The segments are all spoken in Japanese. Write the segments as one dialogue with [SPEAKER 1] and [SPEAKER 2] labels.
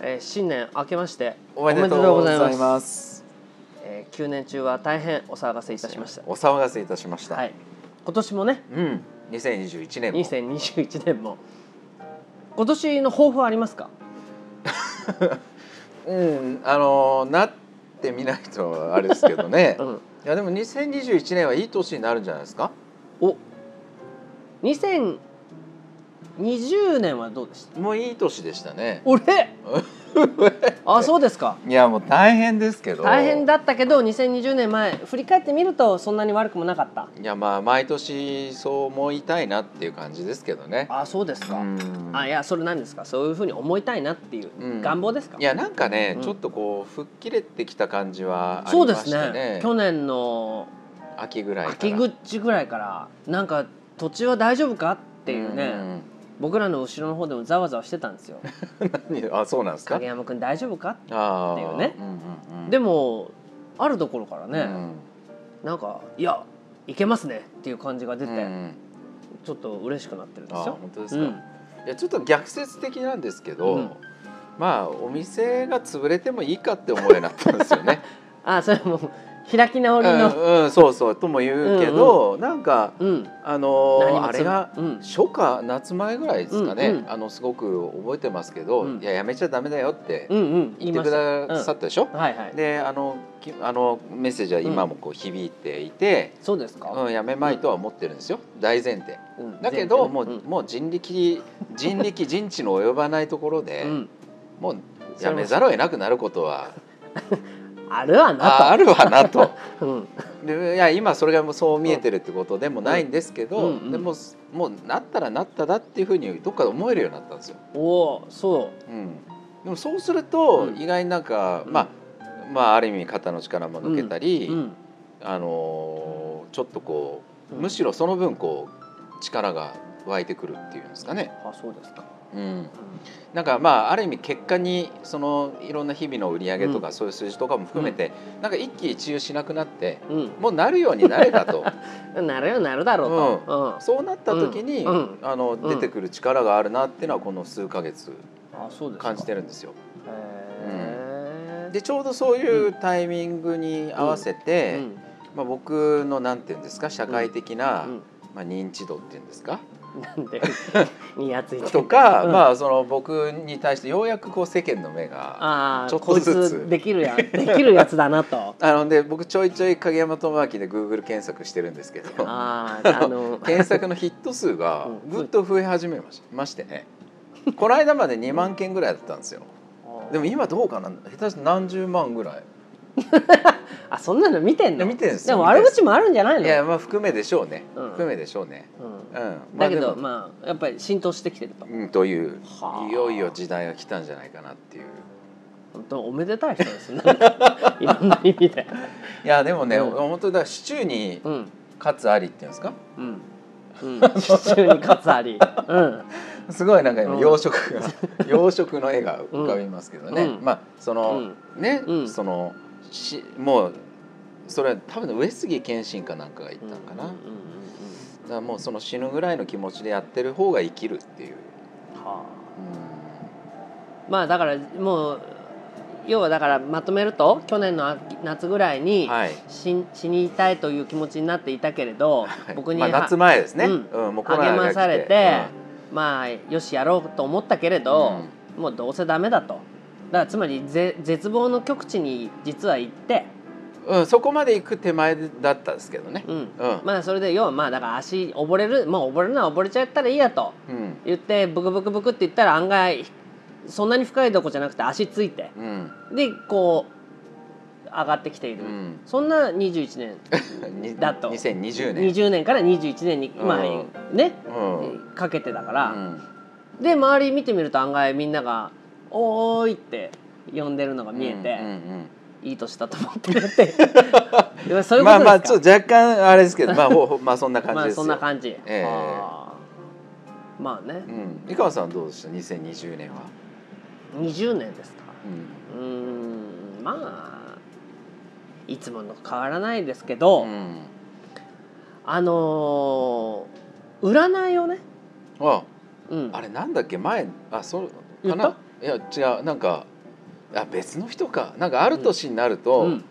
[SPEAKER 1] えー新年明けまして
[SPEAKER 2] おめでとうございます
[SPEAKER 1] えー休年中は大変お騒がせいたしました
[SPEAKER 2] お騒がせいたしました、
[SPEAKER 1] はい今年もね
[SPEAKER 2] うん2021年も
[SPEAKER 1] 2021年も今年の抱負はありますか
[SPEAKER 2] うんあのーなってみないとあれですけどね、
[SPEAKER 1] う
[SPEAKER 2] い
[SPEAKER 1] ん
[SPEAKER 2] やでも2021年はいい年になるんじゃないですか
[SPEAKER 1] お2020年はどうでした
[SPEAKER 2] もういい年でしたね
[SPEAKER 1] 俺あそうですか
[SPEAKER 2] いやもう大変ですけど
[SPEAKER 1] 大変だったけど2020年前振り返ってみるとそんなに悪くもなかった
[SPEAKER 2] いやまあ毎年そう思いたいなっていう感じですけどね
[SPEAKER 1] あそうです
[SPEAKER 2] う
[SPEAKER 1] か、
[SPEAKER 2] ん
[SPEAKER 1] あいやそれ何ですかそういうふうに思いたいなっていう
[SPEAKER 2] うん
[SPEAKER 1] 願望ですか、
[SPEAKER 2] いやなんかね、
[SPEAKER 1] うん
[SPEAKER 2] ちょっとこう吹っ切れてきた感じはあり
[SPEAKER 1] そうで
[SPEAKER 2] まし
[SPEAKER 1] す
[SPEAKER 2] た
[SPEAKER 1] ね
[SPEAKER 2] ね
[SPEAKER 1] 去年の
[SPEAKER 2] 秋ぐらいから
[SPEAKER 1] 秋口ぐらいからなんか土地は大丈夫かっていうね、
[SPEAKER 2] ん
[SPEAKER 1] 僕らの後ろの方でもざわざわしてたんですよ
[SPEAKER 2] 何あそうなんですか
[SPEAKER 1] 影山君大丈夫か
[SPEAKER 2] あ
[SPEAKER 1] ってい
[SPEAKER 2] ー
[SPEAKER 1] うね
[SPEAKER 2] うんうんうん
[SPEAKER 1] でもあるところからね、
[SPEAKER 2] うん
[SPEAKER 1] なんかいやいけますねっていう感じが出て、
[SPEAKER 2] うん
[SPEAKER 1] ちょっと嬉しくなってるんです
[SPEAKER 2] あ
[SPEAKER 1] よ
[SPEAKER 2] 本当ですか、いやちょっと逆説的なんですけど、
[SPEAKER 1] うん
[SPEAKER 2] まあお店が潰れてもいいかって思うようになったんです よね。
[SPEAKER 1] うん、あそれもう開き直りの、
[SPEAKER 2] うん、うんそうそうとも言うけど、なんか
[SPEAKER 1] うん、
[SPEAKER 2] あの
[SPEAKER 1] 何も
[SPEAKER 2] ー
[SPEAKER 1] つ
[SPEAKER 2] あれが
[SPEAKER 1] うん
[SPEAKER 2] 初夏夏前ぐらいですかね、
[SPEAKER 1] うんうん
[SPEAKER 2] あのすごく覚えてますけど、
[SPEAKER 1] うん
[SPEAKER 2] いややめちゃダメだよって
[SPEAKER 1] うんうん言い
[SPEAKER 2] 言っ
[SPEAKER 1] ま
[SPEAKER 2] て
[SPEAKER 1] し
[SPEAKER 2] く
[SPEAKER 1] た
[SPEAKER 2] ださったでしょ。
[SPEAKER 1] はいはい
[SPEAKER 2] であのきあのメッセージは今もこう響いていて、
[SPEAKER 1] そうです
[SPEAKER 2] うん
[SPEAKER 1] か、
[SPEAKER 2] やめまいとは思ってるんですよ大前提。
[SPEAKER 1] うん
[SPEAKER 2] だけど、
[SPEAKER 1] 全
[SPEAKER 2] もう、
[SPEAKER 1] 然ね
[SPEAKER 2] もう人力人力人知の及ばないところで、
[SPEAKER 1] うんうん
[SPEAKER 2] もうやめざるを得なくなることは
[SPEAKER 1] あるわな
[SPEAKER 2] ああるわなと
[SPEAKER 1] と、うん
[SPEAKER 2] でいや今それがもうそう見えてるってことでもないんですけど、
[SPEAKER 1] うんうん
[SPEAKER 2] でももうなったらなっただっていうふうにどっかで思えるようになったんですよ。
[SPEAKER 1] おおそ
[SPEAKER 2] うん、でもそうすると
[SPEAKER 1] うん
[SPEAKER 2] 意外になんか、
[SPEAKER 1] うん
[SPEAKER 2] まあまあある意味肩の力も抜けた
[SPEAKER 1] う、
[SPEAKER 2] り、
[SPEAKER 1] うん、
[SPEAKER 2] あのーちょっとこうむし
[SPEAKER 1] ろ
[SPEAKER 2] ろその分こう力が湧いてくるっていうんですかね。
[SPEAKER 1] あそうですか、
[SPEAKER 2] うんなんかまあある意味結果にそのいろんな日々の売り上げとかそういう数字とかも含めてなんか一喜一憂しなくなって
[SPEAKER 1] うん
[SPEAKER 2] もうなるようになれたと
[SPEAKER 1] うん、なるよなるだろうと、うん
[SPEAKER 2] そうなった時に
[SPEAKER 1] うんうん
[SPEAKER 2] あの
[SPEAKER 1] ん
[SPEAKER 2] 出てくる力があるなっていうのはこの数ヶ月
[SPEAKER 1] あそうですか
[SPEAKER 2] 感じてるんですよ。
[SPEAKER 1] へー
[SPEAKER 2] でちょうどそういうタイミングに合わせ
[SPEAKER 1] う
[SPEAKER 2] て
[SPEAKER 1] ん
[SPEAKER 2] まあ僕のなんていうんですか社会的な
[SPEAKER 1] うん
[SPEAKER 2] まあ認知度っていうんですか
[SPEAKER 1] なん でにやついて
[SPEAKER 2] とか
[SPEAKER 1] うん
[SPEAKER 2] まあその僕に対してようやくこう世間の目が
[SPEAKER 1] ああ
[SPEAKER 2] ちょっ
[SPEAKER 1] ことい
[SPEAKER 2] ずつ
[SPEAKER 1] つできるやできるやつだな と
[SPEAKER 2] あので僕ちょいちょい影山智明で Google 検索してるんですけど
[SPEAKER 1] あああ の
[SPEAKER 2] 検索のヒット数が
[SPEAKER 1] うん
[SPEAKER 2] ぐっと増え始めましましてねこの間まで2万件ぐらいだったんですよでも今どうかな下手して何十万ぐらい
[SPEAKER 1] あそんなの見てん
[SPEAKER 2] い
[SPEAKER 1] の
[SPEAKER 2] や見てるんです
[SPEAKER 1] で
[SPEAKER 2] よ
[SPEAKER 1] も悪口もあるんじゃないの
[SPEAKER 2] いやまあ含めでしょうね、
[SPEAKER 1] うん
[SPEAKER 2] 含めでしょうね、
[SPEAKER 1] うん
[SPEAKER 2] うん、
[SPEAKER 1] だけど
[SPEAKER 2] まあでも
[SPEAKER 1] まあやっぱり浸透してきてると
[SPEAKER 2] うん、という
[SPEAKER 1] はあ
[SPEAKER 2] いよいよ時代が来たんじゃないかなっていう
[SPEAKER 1] 本当おめでたい人ですねいろんな意味で
[SPEAKER 2] いやでもね、
[SPEAKER 1] うん
[SPEAKER 2] 本当にだからシチューに
[SPEAKER 1] うん
[SPEAKER 2] 勝つありっていうんですか
[SPEAKER 1] うん うん、支柱に勝つあり、うん、
[SPEAKER 2] すごいなんか今
[SPEAKER 1] うん
[SPEAKER 2] 養殖が、養殖の絵が浮かびますけどね、
[SPEAKER 1] うん
[SPEAKER 2] まあその、ね、
[SPEAKER 1] うん
[SPEAKER 2] そのしもうそれは多分上杉謙信かなんかが言ったのかな、
[SPEAKER 1] うんうん
[SPEAKER 2] だ
[SPEAKER 1] うん
[SPEAKER 2] からもうその死ぬぐらいの気持ちでやってる方が生きるっていう、
[SPEAKER 1] うんはあまあだからもう要はだからまとめると去年の秋夏ぐらい
[SPEAKER 2] うん
[SPEAKER 1] に
[SPEAKER 2] はい、
[SPEAKER 1] 死,、死にたいという気持ちになっていたけれど、僕に
[SPEAKER 2] まあ、
[SPEAKER 1] は、
[SPEAKER 2] 夏前ですね、
[SPEAKER 1] う
[SPEAKER 2] うんんもうコロナ
[SPEAKER 1] 励
[SPEAKER 2] が
[SPEAKER 1] ま
[SPEAKER 2] 来
[SPEAKER 1] されて、まあよしやろうと思ったけれ
[SPEAKER 2] うん
[SPEAKER 1] ど、もうどうせダメだとだからつまりぜ絶望の極地に実は行って、
[SPEAKER 2] うんそこまで行く手前だったですけどね、
[SPEAKER 1] うん
[SPEAKER 2] うん
[SPEAKER 1] まあそれで要はまあだから足溺れるもう溺れるのは溺れちゃったらいいやと
[SPEAKER 2] うん
[SPEAKER 1] 言ってブクブクブクって言ったら案外そんなに深いとこじゃなくて足ついて
[SPEAKER 2] うん
[SPEAKER 1] でこう上がってきている、
[SPEAKER 2] うん
[SPEAKER 1] そんな21年
[SPEAKER 2] に
[SPEAKER 1] だと
[SPEAKER 2] 2020年、
[SPEAKER 1] 20年から21年に、まあ
[SPEAKER 2] う
[SPEAKER 1] ね、
[SPEAKER 2] うん
[SPEAKER 1] かけてだか
[SPEAKER 2] う
[SPEAKER 1] ら、
[SPEAKER 2] ん
[SPEAKER 1] で周り見てみると案外みんなが「おーい」って呼んでるのが見えて、
[SPEAKER 2] うんうんうん
[SPEAKER 1] いい年だと思って るっていやそういうことですか
[SPEAKER 2] まあまあちょっと若干あれですけ どまあほほまあそんな感
[SPEAKER 1] ま
[SPEAKER 2] じで
[SPEAKER 1] あ
[SPEAKER 2] すよ。
[SPEAKER 1] そんな感じ、
[SPEAKER 2] ええ
[SPEAKER 1] あーまあね
[SPEAKER 2] うん。井川さんどうでした2020年は。
[SPEAKER 1] 20年ですか
[SPEAKER 2] う
[SPEAKER 1] う
[SPEAKER 2] ん。
[SPEAKER 1] ーんまあいつもの変わらないですけど、
[SPEAKER 2] うん、
[SPEAKER 1] あのー占いをね、
[SPEAKER 2] あ
[SPEAKER 1] うん、
[SPEAKER 2] あれなんだっけ前あそう
[SPEAKER 1] 言
[SPEAKER 2] か
[SPEAKER 1] っ
[SPEAKER 2] な
[SPEAKER 1] た
[SPEAKER 2] いや違うなんかあ別の人かなんかある年になると、
[SPEAKER 1] うん、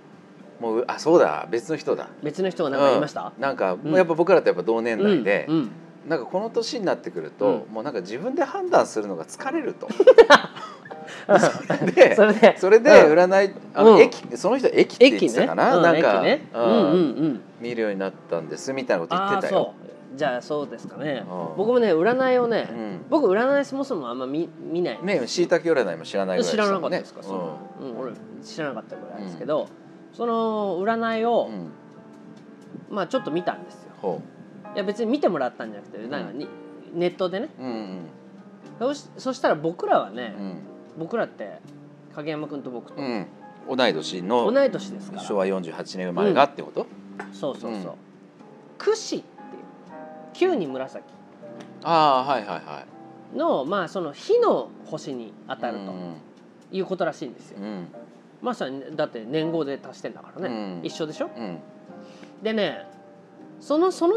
[SPEAKER 2] もうあそうだ別の人だ
[SPEAKER 1] 別の人が何か言いました、
[SPEAKER 2] うんなんか、
[SPEAKER 1] ん
[SPEAKER 2] やっぱ僕らとやっぱ同年代で、
[SPEAKER 1] うんうん
[SPEAKER 2] なんかこの年になってくると、もうなんか自分で判断するのが疲れる と それで
[SPEAKER 1] それで
[SPEAKER 2] それで
[SPEAKER 1] うん
[SPEAKER 2] 占いあの、
[SPEAKER 1] うん
[SPEAKER 2] 駅その人駅って言っ
[SPEAKER 1] 駅
[SPEAKER 2] てた
[SPEAKER 1] ね
[SPEAKER 2] かな、
[SPEAKER 1] うん
[SPEAKER 2] なんか、
[SPEAKER 1] 駅ねう
[SPEAKER 2] うんん
[SPEAKER 1] うんうん
[SPEAKER 2] 見るようになったんですみたいなこと言
[SPEAKER 1] あ
[SPEAKER 2] っ
[SPEAKER 1] あ
[SPEAKER 2] て
[SPEAKER 1] ー
[SPEAKER 2] たよ。
[SPEAKER 1] そうじゃあそうですかね
[SPEAKER 2] うん
[SPEAKER 1] 僕もね占いをね、
[SPEAKER 2] うん
[SPEAKER 1] 僕占いそもそもあんま見見ない
[SPEAKER 2] ねしいたけ占いも知らないぐらい
[SPEAKER 1] 知らなかったですか、
[SPEAKER 2] ね。
[SPEAKER 1] そううん、俺知らなかったぐらいですけど、その占いを
[SPEAKER 2] う、んうん
[SPEAKER 1] まあちょっと見たんですよ
[SPEAKER 2] ほ
[SPEAKER 1] いや別に見てもらったんじゃなくてなんかに、ネットでね
[SPEAKER 2] ううん
[SPEAKER 1] そしそしたら僕らは
[SPEAKER 2] う
[SPEAKER 1] ね、
[SPEAKER 2] ん
[SPEAKER 1] 僕らって影山君と僕と
[SPEAKER 2] うんうん同い年の
[SPEAKER 1] 同い年ですから、
[SPEAKER 2] 昭和48年生まれがってこと、
[SPEAKER 1] そうそうそう、
[SPEAKER 2] うん
[SPEAKER 1] 櫛っていう九に紫
[SPEAKER 2] ああはいはいはい
[SPEAKER 1] のまあその火の星に当たる
[SPEAKER 2] う
[SPEAKER 1] と
[SPEAKER 2] ん
[SPEAKER 1] いうことらしいんですよ、
[SPEAKER 2] うん
[SPEAKER 1] まさにだって年号で足してんだからね、
[SPEAKER 2] うん
[SPEAKER 1] 一緒でしょ
[SPEAKER 2] うんうん
[SPEAKER 1] でねそのその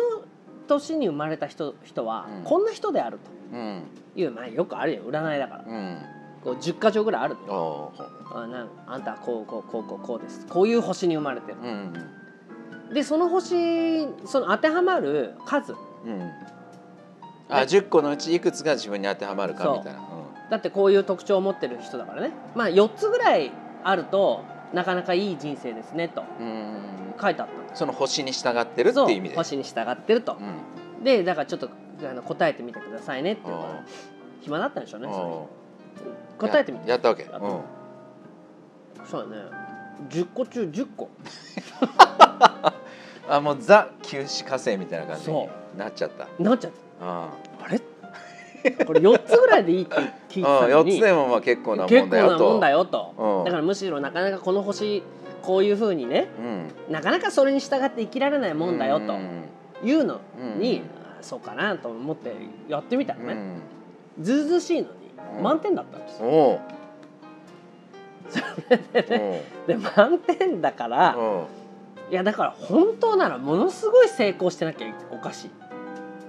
[SPEAKER 1] 年に生まれた人人は、
[SPEAKER 2] うん
[SPEAKER 1] こんな人である
[SPEAKER 2] うん
[SPEAKER 1] というまあよくあるよ占いだから
[SPEAKER 2] うん
[SPEAKER 1] こう10箇条ぐらいあるのよ
[SPEAKER 2] ああ
[SPEAKER 1] あなんあんたはこうこうこうこうこうですこういう星に生まれてる
[SPEAKER 2] うん
[SPEAKER 1] でその星その当てはまる数
[SPEAKER 2] うんあ10個のうちいくつが自分に当てはまるか
[SPEAKER 1] そう
[SPEAKER 2] みたいな
[SPEAKER 1] だってこういう特徴を持ってる人だからねまあ4つぐらいあるとなかなかいい人生ですねと
[SPEAKER 2] うん、うん、
[SPEAKER 1] 書いてあったんで
[SPEAKER 2] その星に従ってるっ
[SPEAKER 1] そう
[SPEAKER 2] ていう意味で
[SPEAKER 1] 星に従ってると
[SPEAKER 2] う、ん
[SPEAKER 1] でだからちょっとあの答えてみてくださいねっていうの
[SPEAKER 2] あ
[SPEAKER 1] は暇だったんでしょう
[SPEAKER 2] ー
[SPEAKER 1] ね
[SPEAKER 2] あ
[SPEAKER 1] それ答えてみ
[SPEAKER 2] ー
[SPEAKER 1] て
[SPEAKER 2] やったわけ
[SPEAKER 1] やっ
[SPEAKER 2] うん
[SPEAKER 1] そうだね10個中10個
[SPEAKER 2] あもうザ旧死火星みたいな感じに
[SPEAKER 1] そ
[SPEAKER 2] なっちゃった
[SPEAKER 1] なっちゃっ
[SPEAKER 2] あ
[SPEAKER 1] たあれこれ4つぐらいでいいって聞いてたの
[SPEAKER 2] 4
[SPEAKER 1] に
[SPEAKER 2] つでもまあ結構なも
[SPEAKER 1] 結構
[SPEAKER 2] んだよ
[SPEAKER 1] なもん
[SPEAKER 2] と
[SPEAKER 1] だよと
[SPEAKER 2] うん
[SPEAKER 1] だからむしろなかなかこの星こういうふうにね
[SPEAKER 2] うん
[SPEAKER 1] なかなかそれに従って生きられないもんだよ
[SPEAKER 2] う
[SPEAKER 1] と
[SPEAKER 2] ん
[SPEAKER 1] いうのに、
[SPEAKER 2] うん
[SPEAKER 1] あそうかなと思ってやってみた
[SPEAKER 2] う
[SPEAKER 1] のね、
[SPEAKER 2] ん
[SPEAKER 1] ずうずうしいの
[SPEAKER 2] う
[SPEAKER 1] に
[SPEAKER 2] ん
[SPEAKER 1] 満点だったんですよ、
[SPEAKER 2] おう
[SPEAKER 1] で満点だから、
[SPEAKER 2] おう
[SPEAKER 1] いやだから本当ならものすごい成功してなきゃおかしい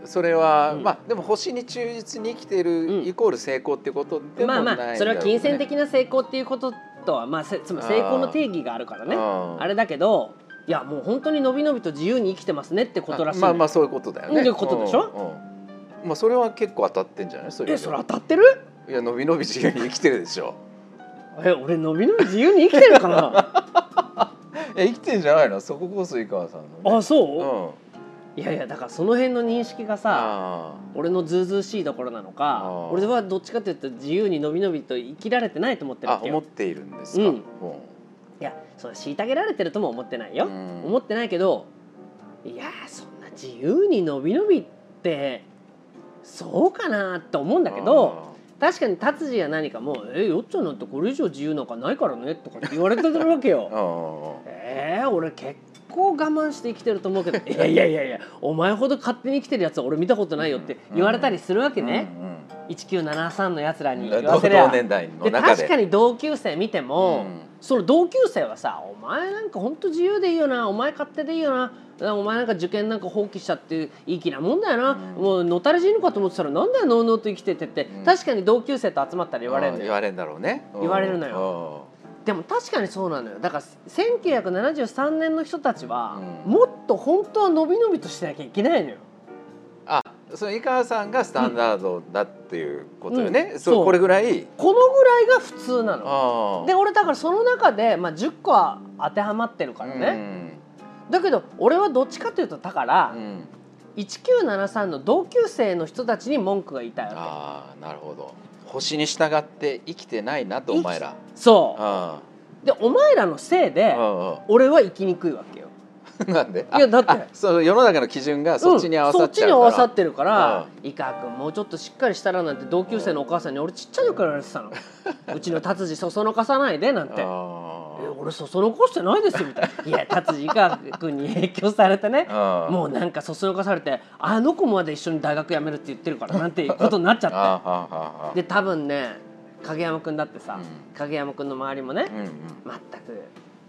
[SPEAKER 2] うんそれは、
[SPEAKER 1] うん
[SPEAKER 2] まあでも星に忠実に生きていうる
[SPEAKER 1] ん
[SPEAKER 2] イコール成功っていうことでも
[SPEAKER 1] まあ
[SPEAKER 2] ないんだろうね、
[SPEAKER 1] まあそれは金銭的な成功っていうこととはまあせつまり成功の定義があるからねあ
[SPEAKER 2] あ
[SPEAKER 1] れだけどいやもう本当にのびのびと自由に生きてますねってことらしいん
[SPEAKER 2] ま
[SPEAKER 1] だ
[SPEAKER 2] あ
[SPEAKER 1] よ
[SPEAKER 2] まあそういうことだよね。
[SPEAKER 1] ってことでしょ
[SPEAKER 2] うんうんまあそれは結構当たってんじゃない？それ
[SPEAKER 1] えそれ当たってる
[SPEAKER 2] いや伸び伸び自由に生きてるでしょ。
[SPEAKER 1] え俺のびのび自由に生きてるか な
[SPEAKER 2] え生きてんじゃないの？そここそ井川さんの、ね。
[SPEAKER 1] あそう、
[SPEAKER 2] うん。
[SPEAKER 1] いやいやだからその辺の認識がさ
[SPEAKER 2] あ
[SPEAKER 1] 俺のずうずうしいところなの
[SPEAKER 2] あ
[SPEAKER 1] か
[SPEAKER 2] ー
[SPEAKER 1] 俺はどっちかというと自由にのびのびと生きられてないと思って
[SPEAKER 2] ー
[SPEAKER 1] る
[SPEAKER 2] あ
[SPEAKER 1] わけ
[SPEAKER 2] 思っ
[SPEAKER 1] よ
[SPEAKER 2] ているんですか。
[SPEAKER 1] うん
[SPEAKER 2] う
[SPEAKER 1] いやそう虐げられてるとも思ってないよ、
[SPEAKER 2] うん
[SPEAKER 1] 思ってないけどいやーそんな自由にのびのびってそうかなって思うんだけど確かに達治や何かもう「えよっちゃんなんてこれ以上自由なんかないからね」とかって言われてるわけ
[SPEAKER 2] あ
[SPEAKER 1] よ。
[SPEAKER 2] ー。あ
[SPEAKER 1] えー、俺結構我慢して生きてると思うけど「いやいやいやいやお前ほど勝手に生きてるやつは俺見たことないよ」って言われたりするわけ
[SPEAKER 2] ー
[SPEAKER 1] ね、。1973のやつら
[SPEAKER 2] うんう
[SPEAKER 1] に
[SPEAKER 2] ん
[SPEAKER 1] 言わ
[SPEAKER 2] 同
[SPEAKER 1] せりゃ。
[SPEAKER 2] 同年代の
[SPEAKER 1] で
[SPEAKER 2] 中
[SPEAKER 1] 確
[SPEAKER 2] で。
[SPEAKER 1] かに同級生見ても、
[SPEAKER 2] うん
[SPEAKER 1] その同級生はさ「お前なんかほんと自由でいいよなお前勝手でいいよなお前なんか受験なんか放棄しちゃっていい気なもんだよな、
[SPEAKER 2] うん
[SPEAKER 1] もうのたれ死ぬかと思ってたらなんだよのうのうと生きてて」って、
[SPEAKER 2] うん
[SPEAKER 1] 確かに同級生と集まったら言われる
[SPEAKER 2] あ
[SPEAKER 1] ん
[SPEAKER 2] ー
[SPEAKER 1] だ
[SPEAKER 2] 言
[SPEAKER 1] よ
[SPEAKER 2] われるんだろうね。うん
[SPEAKER 1] 言われるのよ。でも確かにそうなのよだから1973年の人たちは、
[SPEAKER 2] うん
[SPEAKER 1] もっと本当は伸び伸びとしてなきゃいけないのよ。
[SPEAKER 2] あーあその井川さんがスタンダードだっていうことよね。
[SPEAKER 1] うん
[SPEAKER 2] そ
[SPEAKER 1] そう
[SPEAKER 2] うこれぐらい。
[SPEAKER 1] このぐらいが普通なの。
[SPEAKER 2] ああ。
[SPEAKER 1] で俺だからその中で、まあ、10個は当てはまってるからね。だけど俺はどっちかというとだから
[SPEAKER 2] うん。う、ん
[SPEAKER 1] 1973の同級生の人たちに文句が言いたいわ
[SPEAKER 2] ああなるほど星に従って生きてないなと
[SPEAKER 1] 生き
[SPEAKER 2] お前ら
[SPEAKER 1] けそ
[SPEAKER 2] あ
[SPEAKER 1] うでお前らのせいで
[SPEAKER 2] ああ
[SPEAKER 1] 俺は生きにくいわけよ
[SPEAKER 2] あなんで
[SPEAKER 1] いやだって
[SPEAKER 2] あそう世の中の基準がそっちに合わさ
[SPEAKER 1] うんそ
[SPEAKER 2] っちゃう
[SPEAKER 1] っちに合わさ
[SPEAKER 2] て
[SPEAKER 1] ってるから「井川君もうちょっとしっかりしたら」なんて同級生のお母さんに俺ちっちゃい時から言われてた の「うちの達治そそのかさないで」なんて。え俺そそのかしてないですよみたいな「いや達治井川君に影響されてねもうなんかそそのかされてあの子まで一緒に大学辞めるって言ってるから」なんていうことになっちゃ
[SPEAKER 2] あ
[SPEAKER 1] っ
[SPEAKER 2] ー
[SPEAKER 1] て
[SPEAKER 2] あーあーあー
[SPEAKER 1] で多分ね影山君だってさ、
[SPEAKER 2] うん
[SPEAKER 1] 影山君の周りもね
[SPEAKER 2] う、んうん
[SPEAKER 1] 全く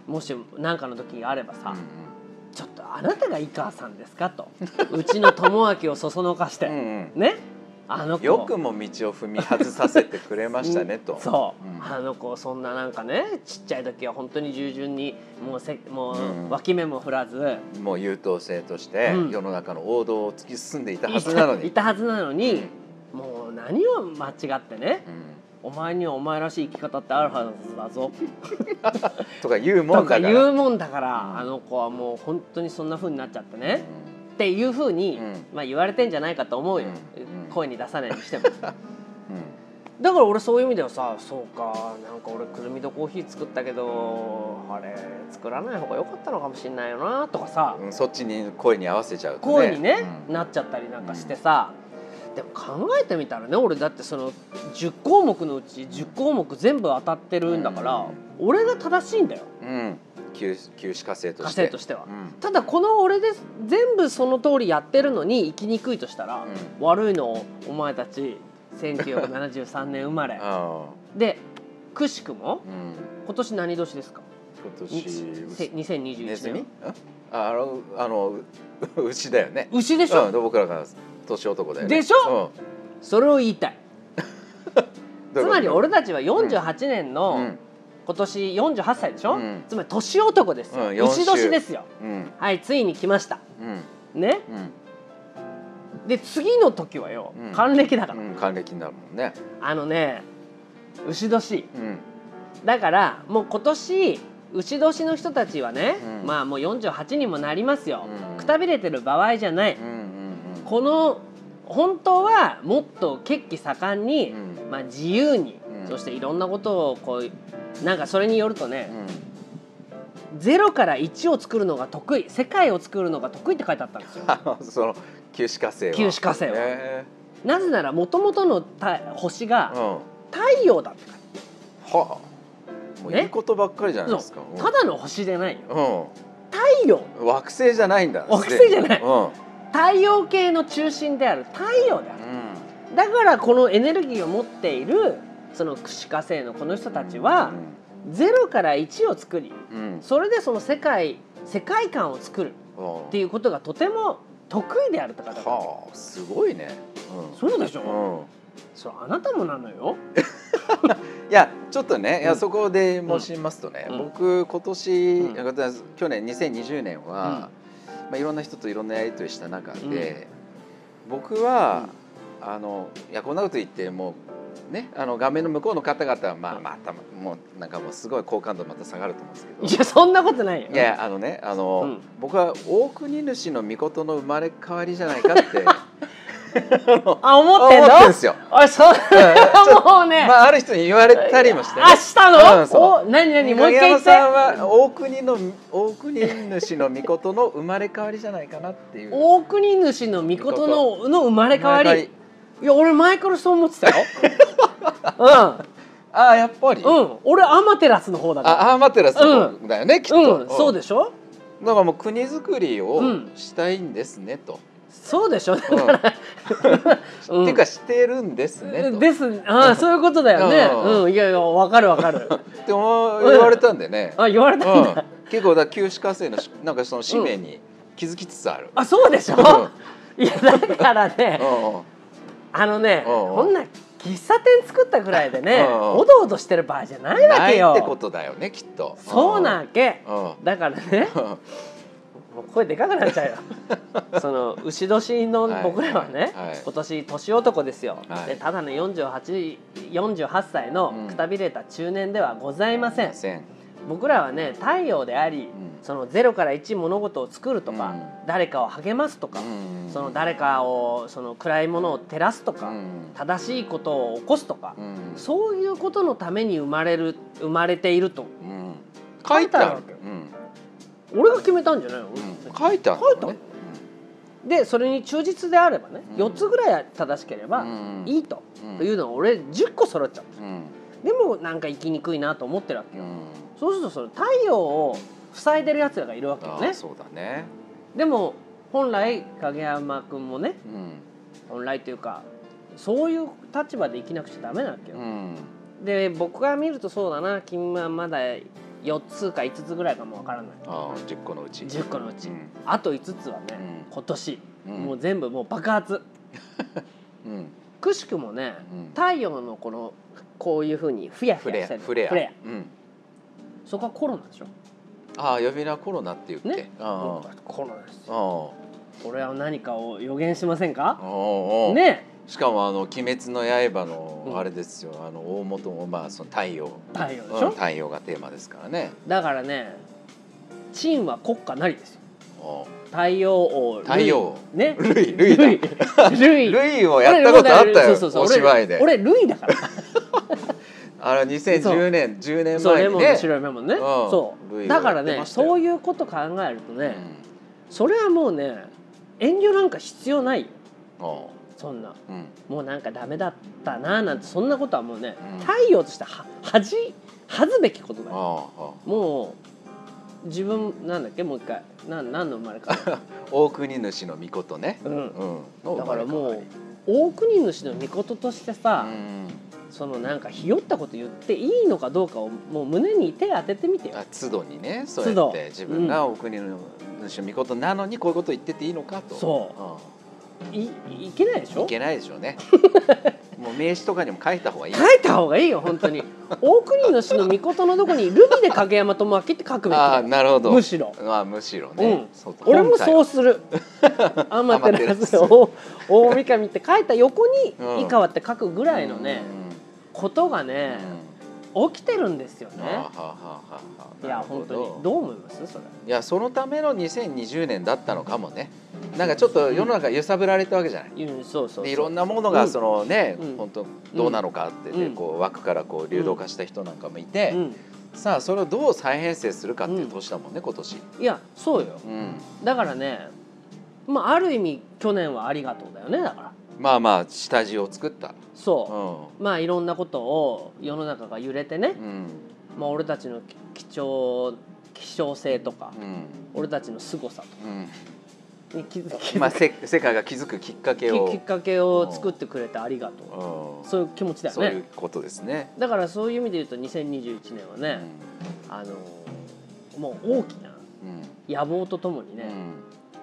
[SPEAKER 1] もし何かの時があればさ、
[SPEAKER 2] う
[SPEAKER 1] ちょっとあなたが井川さんですかとうちの友明をそそのかして、
[SPEAKER 2] んうんうんうん
[SPEAKER 1] ねあの子
[SPEAKER 2] よくも道を踏み外させてくれましたねと。
[SPEAKER 1] そう、
[SPEAKER 2] うん
[SPEAKER 1] あの子そんななんかねちっちゃい時は本当に従順にもうせも
[SPEAKER 2] うん
[SPEAKER 1] う脇目も振らず、
[SPEAKER 2] もう優等生として
[SPEAKER 1] うん
[SPEAKER 2] 世の中の王道を突き進んでいたはずなのに。
[SPEAKER 1] いたはずなのに、もう何を間違ってね
[SPEAKER 2] う
[SPEAKER 1] お
[SPEAKER 2] ん
[SPEAKER 1] 前にはお前らしい生き方ってあるはずだぞ
[SPEAKER 2] とか言うも
[SPEAKER 1] と
[SPEAKER 2] んだ
[SPEAKER 1] か
[SPEAKER 2] から。
[SPEAKER 1] 言うもんだから、
[SPEAKER 2] うん
[SPEAKER 1] あの子はもう本当にそんな風になっちゃってね、っていう風に、
[SPEAKER 2] うん
[SPEAKER 1] まあ言われてんじゃないかと思うよ、
[SPEAKER 2] うんうん
[SPEAKER 1] 声に出さないに してもだか
[SPEAKER 2] うん
[SPEAKER 1] ら俺そういう意味ではさそうかなんか俺くるみとコーヒー作ったけどあれ作らない方が良かったのかもしれないよなとかさ、
[SPEAKER 2] うんうんそっちに声に合わせちゃうとね。
[SPEAKER 1] 声にね
[SPEAKER 2] うん
[SPEAKER 1] なっちゃったりなんかしてさ、でも考えてみたらね俺だってその10項目のうち10項目全部当たってるんだから、
[SPEAKER 2] うん
[SPEAKER 1] 俺が正しいんだよ
[SPEAKER 2] うん。休休止火星と
[SPEAKER 1] 家
[SPEAKER 2] して。
[SPEAKER 1] 政としては
[SPEAKER 2] う。ん
[SPEAKER 1] ただこの俺で全部その通りやってるのに生きにくいとしたら、
[SPEAKER 2] うん
[SPEAKER 1] 悪いのお前たち1973年生まれ
[SPEAKER 2] あ
[SPEAKER 1] でくしくも
[SPEAKER 2] あ。うん。
[SPEAKER 1] 今年何年ですか
[SPEAKER 2] 今
[SPEAKER 1] にせ
[SPEAKER 2] 年。ネズ
[SPEAKER 1] 2021
[SPEAKER 2] ミ？
[SPEAKER 1] 年
[SPEAKER 2] んああの あのう牛だよね。
[SPEAKER 1] 牛でしょ、
[SPEAKER 2] うん、僕らが年男だよね。
[SPEAKER 1] でしょ、それを言いたい
[SPEAKER 2] うん、
[SPEAKER 1] つまり
[SPEAKER 2] どういう
[SPEAKER 1] 俺たちは48年
[SPEAKER 2] こと
[SPEAKER 1] の今年48歳でしょ、
[SPEAKER 2] うん
[SPEAKER 1] つまり年男ですよ、
[SPEAKER 2] うん四週
[SPEAKER 1] 牛年ですよ
[SPEAKER 2] うんうん
[SPEAKER 1] はいついに来ました
[SPEAKER 2] うん
[SPEAKER 1] ね
[SPEAKER 2] うん
[SPEAKER 1] で次の時はよ、
[SPEAKER 2] うん
[SPEAKER 1] 還暦だから、
[SPEAKER 2] うん還暦になるもんね。
[SPEAKER 1] あのね牛年
[SPEAKER 2] うん
[SPEAKER 1] だからもう今年牛年の人たちはね、
[SPEAKER 2] うん
[SPEAKER 1] まあもう48にもなりますよ、
[SPEAKER 2] うん
[SPEAKER 1] くたびれてる場合じゃない、
[SPEAKER 2] うんうん
[SPEAKER 1] この本当はもっと血気盛んに、
[SPEAKER 2] うん
[SPEAKER 1] まあ、自由に、
[SPEAKER 2] うん
[SPEAKER 1] そしていろんなことをこうなんかそれによるとね
[SPEAKER 2] う、ん
[SPEAKER 1] ゼロから1を作るのが得意世界を作るのが得意って書いてあったんですよ
[SPEAKER 2] うん。 その旧歯火星は。
[SPEAKER 1] 旧歯火星は
[SPEAKER 2] へ
[SPEAKER 1] なぜならもともとのた星
[SPEAKER 2] え
[SPEAKER 1] が
[SPEAKER 2] うん。
[SPEAKER 1] 太陽だって書いて
[SPEAKER 2] はあ。もういい
[SPEAKER 1] ね
[SPEAKER 2] ことばっかりじゃ
[SPEAKER 1] あ
[SPEAKER 2] ない
[SPEAKER 1] る
[SPEAKER 2] ですか。
[SPEAKER 1] そうただの星じゃないよ
[SPEAKER 2] うん。
[SPEAKER 1] 太陽
[SPEAKER 2] うん。惑星じゃないんだ。
[SPEAKER 1] 惑星じゃない
[SPEAKER 2] うん。
[SPEAKER 1] 太陽系の中心である太陽である
[SPEAKER 2] うん。
[SPEAKER 1] だからこのエネルギーを持っているその串火星のこの人たちは0から1を作り
[SPEAKER 2] うん。うん。
[SPEAKER 1] それでその世界世界観を作る
[SPEAKER 2] うん
[SPEAKER 1] っていうことがとても得意であるとかだから
[SPEAKER 2] はあ、すごいね。うん。
[SPEAKER 1] そうでしょ
[SPEAKER 2] うん。
[SPEAKER 1] それあなたもなのよ
[SPEAKER 2] いやちょっとね、いうや
[SPEAKER 1] ん
[SPEAKER 2] そこで申しますとね、
[SPEAKER 1] うん
[SPEAKER 2] 僕今年、
[SPEAKER 1] うん
[SPEAKER 2] 去年2020年は、まあ、いろんな人といろんなやり取りした中で、僕は、あのいやこんなこと言ってもうねあの画面の向こうの方々はまあ
[SPEAKER 1] うん
[SPEAKER 2] またもうなんかもうすごい好感度また下がると思うんですけど。
[SPEAKER 1] いやそんなことないよ
[SPEAKER 2] いやいやあのねあの、
[SPEAKER 1] うん
[SPEAKER 2] 僕は大国主の御事の生まれ変わりじゃないかって
[SPEAKER 1] あ思ってんの
[SPEAKER 2] 思ってん すよ。
[SPEAKER 1] あそ んなもうね、
[SPEAKER 2] まあある人に言われたりもして、ね
[SPEAKER 1] あ、したの、
[SPEAKER 2] うんそ
[SPEAKER 1] お何何もう
[SPEAKER 2] 影
[SPEAKER 1] 一回言っ
[SPEAKER 2] 山さ
[SPEAKER 1] て
[SPEAKER 2] んは大国の大国主の御事の生まれ変わりじゃないかなっていう。
[SPEAKER 1] 大国主の御事のの生まれ変わ
[SPEAKER 2] 生まれ
[SPEAKER 1] りいや俺前からそう思ってた ようん
[SPEAKER 2] ああやっぱり。
[SPEAKER 1] うん、俺アマテラスの方だから。
[SPEAKER 2] あアマテラスの方だよね、きっと。
[SPEAKER 1] うん、そうで
[SPEAKER 2] し
[SPEAKER 1] しょ。
[SPEAKER 2] ょ。だからもう国づくりを
[SPEAKER 1] うん
[SPEAKER 2] したいんですねと。
[SPEAKER 1] そうでしょ。
[SPEAKER 2] うん って
[SPEAKER 1] うん
[SPEAKER 2] いうかしてるんです ねと。
[SPEAKER 1] です。ああ、そういうことだよ
[SPEAKER 2] う
[SPEAKER 1] ね。
[SPEAKER 2] ん
[SPEAKER 1] うん、いやいや、わかるわかる。
[SPEAKER 2] って思う言われたんでね。
[SPEAKER 1] あ、言われ
[SPEAKER 2] う
[SPEAKER 1] たんだ。
[SPEAKER 2] ん。結構だから旧歯科生のしなんかその使命に気づきつつある。
[SPEAKER 1] あ、そうでしょ。 いや、だからね
[SPEAKER 2] う、んうん
[SPEAKER 1] あのね、
[SPEAKER 2] うんうん
[SPEAKER 1] こんな喫茶店作ったぐらいでね、
[SPEAKER 2] うんうん
[SPEAKER 1] おどおどしてる場合じゃないわ
[SPEAKER 2] ない
[SPEAKER 1] け
[SPEAKER 2] ってこ
[SPEAKER 1] よ。
[SPEAKER 2] とだよねきっと。
[SPEAKER 1] そうなわけ。
[SPEAKER 2] うん。うん。
[SPEAKER 1] だからね、もう声でかくなっちゃうよ その牛年の僕らはね、
[SPEAKER 2] はいはい
[SPEAKER 1] 今年年男ですよ、
[SPEAKER 2] はい
[SPEAKER 1] でただの 48, 48歳
[SPEAKER 2] う
[SPEAKER 1] の
[SPEAKER 2] ん
[SPEAKER 1] くたびれた中年ではございません、
[SPEAKER 2] せん。
[SPEAKER 1] 僕らはね太陽であり、
[SPEAKER 2] ん
[SPEAKER 1] その0から1物事を作るとか、
[SPEAKER 2] うん
[SPEAKER 1] 誰かを励ますとか、
[SPEAKER 2] うん
[SPEAKER 1] その誰かをその暗いものを照らすとか、
[SPEAKER 2] うん
[SPEAKER 1] 正しいことを起こすとか、
[SPEAKER 2] うん
[SPEAKER 1] そういうことのために生まれる生まれていると
[SPEAKER 2] うん
[SPEAKER 1] 書
[SPEAKER 2] 書
[SPEAKER 1] い
[SPEAKER 2] い
[SPEAKER 1] て
[SPEAKER 2] て
[SPEAKER 1] ある
[SPEAKER 2] ある。うん
[SPEAKER 1] 俺が決めたんじゃないの、
[SPEAKER 2] うん書いてある
[SPEAKER 1] 書いてある
[SPEAKER 2] のね。
[SPEAKER 1] でそれに忠実であればね、
[SPEAKER 2] うん
[SPEAKER 1] 四4つぐらい正しければ
[SPEAKER 2] うん
[SPEAKER 1] いいと,、
[SPEAKER 2] うん
[SPEAKER 1] いうのを俺10個揃っちゃっ
[SPEAKER 2] うん
[SPEAKER 1] たでもなんか生きにくいなと思ってるわけ
[SPEAKER 2] う
[SPEAKER 1] よ、
[SPEAKER 2] ん
[SPEAKER 1] そうするとその太陽を塞いでるやつらがいるわけよ
[SPEAKER 2] あ
[SPEAKER 1] ね
[SPEAKER 2] ーそうだね。
[SPEAKER 1] でも本来影山君もね
[SPEAKER 2] うん
[SPEAKER 1] 本来というかそういう立場で生きなくちゃダメなわけよ
[SPEAKER 2] う、ん
[SPEAKER 1] で僕が見るとそうだな君はまだ4つか5つぐらいかもわからない
[SPEAKER 2] あー十個のうち。
[SPEAKER 1] 10個のうち、
[SPEAKER 2] うん
[SPEAKER 1] あと5つはね、
[SPEAKER 2] うん
[SPEAKER 1] 今年、
[SPEAKER 2] うん
[SPEAKER 1] もう全部もう爆発
[SPEAKER 2] うん
[SPEAKER 1] くしくもね
[SPEAKER 2] うん
[SPEAKER 1] 太陽のこのこういうふうにふやふ
[SPEAKER 2] フレ
[SPEAKER 1] や
[SPEAKER 2] ア
[SPEAKER 1] してる
[SPEAKER 2] フレア
[SPEAKER 1] フレ
[SPEAKER 2] うん、
[SPEAKER 1] アそこはコロナでしょ
[SPEAKER 2] ああ呼び名コロナって言って、
[SPEAKER 1] ね
[SPEAKER 2] ああ
[SPEAKER 1] コロナです
[SPEAKER 2] あ
[SPEAKER 1] よこれは何かを予言しません
[SPEAKER 2] あ
[SPEAKER 1] か
[SPEAKER 2] ああ
[SPEAKER 1] ね
[SPEAKER 2] しかもあの「鬼滅の刃」の
[SPEAKER 1] うん
[SPEAKER 2] あれですよ、あの大元もまあその太陽
[SPEAKER 1] え太陽でし
[SPEAKER 2] うん
[SPEAKER 1] ょ
[SPEAKER 2] 太陽がテーマですからね
[SPEAKER 1] だからねチンは国家なりですよ
[SPEAKER 2] ああ
[SPEAKER 1] 太陽王
[SPEAKER 2] 太陽王
[SPEAKER 1] ルイね
[SPEAKER 2] ルイルイだ
[SPEAKER 1] ルイ
[SPEAKER 2] ルイをやったことあった
[SPEAKER 1] 俺
[SPEAKER 2] よ
[SPEAKER 1] そうそうそう
[SPEAKER 2] お芝居で
[SPEAKER 1] 俺俺ルイだ から
[SPEAKER 2] あれ2010年10年
[SPEAKER 1] そう
[SPEAKER 2] 前
[SPEAKER 1] レ
[SPEAKER 2] に
[SPEAKER 1] モンの
[SPEAKER 2] ね
[SPEAKER 1] 白いレモンね
[SPEAKER 2] うん
[SPEAKER 1] そ
[SPEAKER 2] ル
[SPEAKER 1] う
[SPEAKER 2] イが
[SPEAKER 1] だか
[SPEAKER 2] や
[SPEAKER 1] ら
[SPEAKER 2] って
[SPEAKER 1] ね
[SPEAKER 2] ましたよ
[SPEAKER 1] そういうこと考えると
[SPEAKER 2] う
[SPEAKER 1] ね
[SPEAKER 2] ん
[SPEAKER 1] それはもうね遠慮なんか必要ないよ
[SPEAKER 2] あ
[SPEAKER 1] そんな
[SPEAKER 2] あうん
[SPEAKER 1] もうなんかダメだったななんてそんなことはもうね
[SPEAKER 2] うん
[SPEAKER 1] 太陽としては恥恥ずべきことだよ
[SPEAKER 2] あああ
[SPEAKER 1] もう自分なんだっけもう一回なん何の生まれかな
[SPEAKER 2] あ大国主の御事ね、
[SPEAKER 1] うん
[SPEAKER 2] うん、
[SPEAKER 1] だからもう
[SPEAKER 2] う
[SPEAKER 1] 大国主の御事としてさ、
[SPEAKER 2] ん、
[SPEAKER 1] そのなんかひよったこと言っていいのかどうかをもう胸に手当ててみてよ
[SPEAKER 2] あ都度にねそうやって自分がお国の主の御事なのにこういうこと言ってていいのかと
[SPEAKER 1] そ
[SPEAKER 2] うん
[SPEAKER 1] いいけないでしょ
[SPEAKER 2] いけないでしょ うねもう名刺とかにも書いた方がいい
[SPEAKER 1] 書いた方がいいよ本当に大国主の御事のとこに「ルビで影山智明」って書くべき
[SPEAKER 2] あ
[SPEAKER 1] だ
[SPEAKER 2] あ
[SPEAKER 1] よ
[SPEAKER 2] なるほど
[SPEAKER 1] むしろ
[SPEAKER 2] まあむしろね、
[SPEAKER 1] うん
[SPEAKER 2] そう
[SPEAKER 1] 俺もそううす るアマテラス
[SPEAKER 2] アマ
[SPEAKER 1] 大大神って書いた横に
[SPEAKER 2] うん
[SPEAKER 1] 「井川」って書くぐらいのねことが
[SPEAKER 2] うん
[SPEAKER 1] ね
[SPEAKER 2] うん
[SPEAKER 1] 起きてるんですよ
[SPEAKER 2] ああは
[SPEAKER 1] ね
[SPEAKER 2] あはあはあはいあ
[SPEAKER 1] や
[SPEAKER 2] なるほ
[SPEAKER 1] 本当
[SPEAKER 2] ど
[SPEAKER 1] にどう思いますそれ
[SPEAKER 2] いやそのための2020年だったのかもねなんかちょっと世の中揺さぶられたわけじゃない、
[SPEAKER 1] うんそうそうそう
[SPEAKER 2] でいろんなもの
[SPEAKER 1] う
[SPEAKER 2] が
[SPEAKER 1] ん
[SPEAKER 2] そのね、
[SPEAKER 1] うん
[SPEAKER 2] 本当どうなのかってね、
[SPEAKER 1] うん
[SPEAKER 2] こう枠からこう流動化した人なんかもいて、
[SPEAKER 1] うん
[SPEAKER 2] さあそれをどう再編成するかっていう年だもんね、今年。
[SPEAKER 1] いやそうよ
[SPEAKER 2] うん、
[SPEAKER 1] だからねまあある意味去年はありがとうだよねだから
[SPEAKER 2] まあまあ下地を作った。う
[SPEAKER 1] そ
[SPEAKER 2] ん
[SPEAKER 1] うまあいろんなことを世の中が揺れてね
[SPEAKER 2] うん
[SPEAKER 1] まあ俺たちの貴重希少性とか
[SPEAKER 2] うん
[SPEAKER 1] 俺たちの凄さ
[SPEAKER 2] う
[SPEAKER 1] とかに気づき
[SPEAKER 2] ん、まあせ世界が気づくきっかけを
[SPEAKER 1] きっかけを作ってくれてありがとう
[SPEAKER 2] うん
[SPEAKER 1] そういう気持ちだよ
[SPEAKER 2] そういう
[SPEAKER 1] ね
[SPEAKER 2] ことですね。
[SPEAKER 1] だからそういう意味で言うと2021年は
[SPEAKER 2] う
[SPEAKER 1] ねあのーもう大きな野望とともに
[SPEAKER 2] んう
[SPEAKER 1] ね
[SPEAKER 2] ん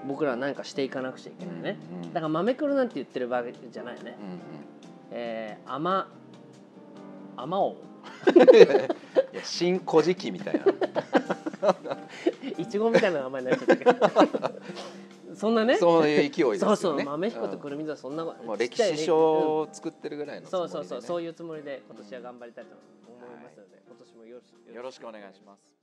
[SPEAKER 1] 僕らは何かしていかなくちゃいけないね
[SPEAKER 2] うんうん
[SPEAKER 1] だから豆くるなんて言ってるわけじゃないよね
[SPEAKER 2] うん
[SPEAKER 1] えー、甘甘 王
[SPEAKER 2] いや新古事記みたいな。
[SPEAKER 1] いちごみたいな名前になっちゃったけど そんなねそう
[SPEAKER 2] そういう勢いですよね。
[SPEAKER 1] そう豆彦とくるみとはそんなこと、
[SPEAKER 2] もう
[SPEAKER 1] ちっ
[SPEAKER 2] 歴
[SPEAKER 1] ちゃいね
[SPEAKER 2] 史書を作ってるぐらいのつも
[SPEAKER 1] そ
[SPEAKER 2] り
[SPEAKER 1] う
[SPEAKER 2] で
[SPEAKER 1] そう
[SPEAKER 2] ね、
[SPEAKER 1] そうそういうつもりで今年は頑張りたいと思いますので、今年もよろしく
[SPEAKER 2] よろしくお願いします。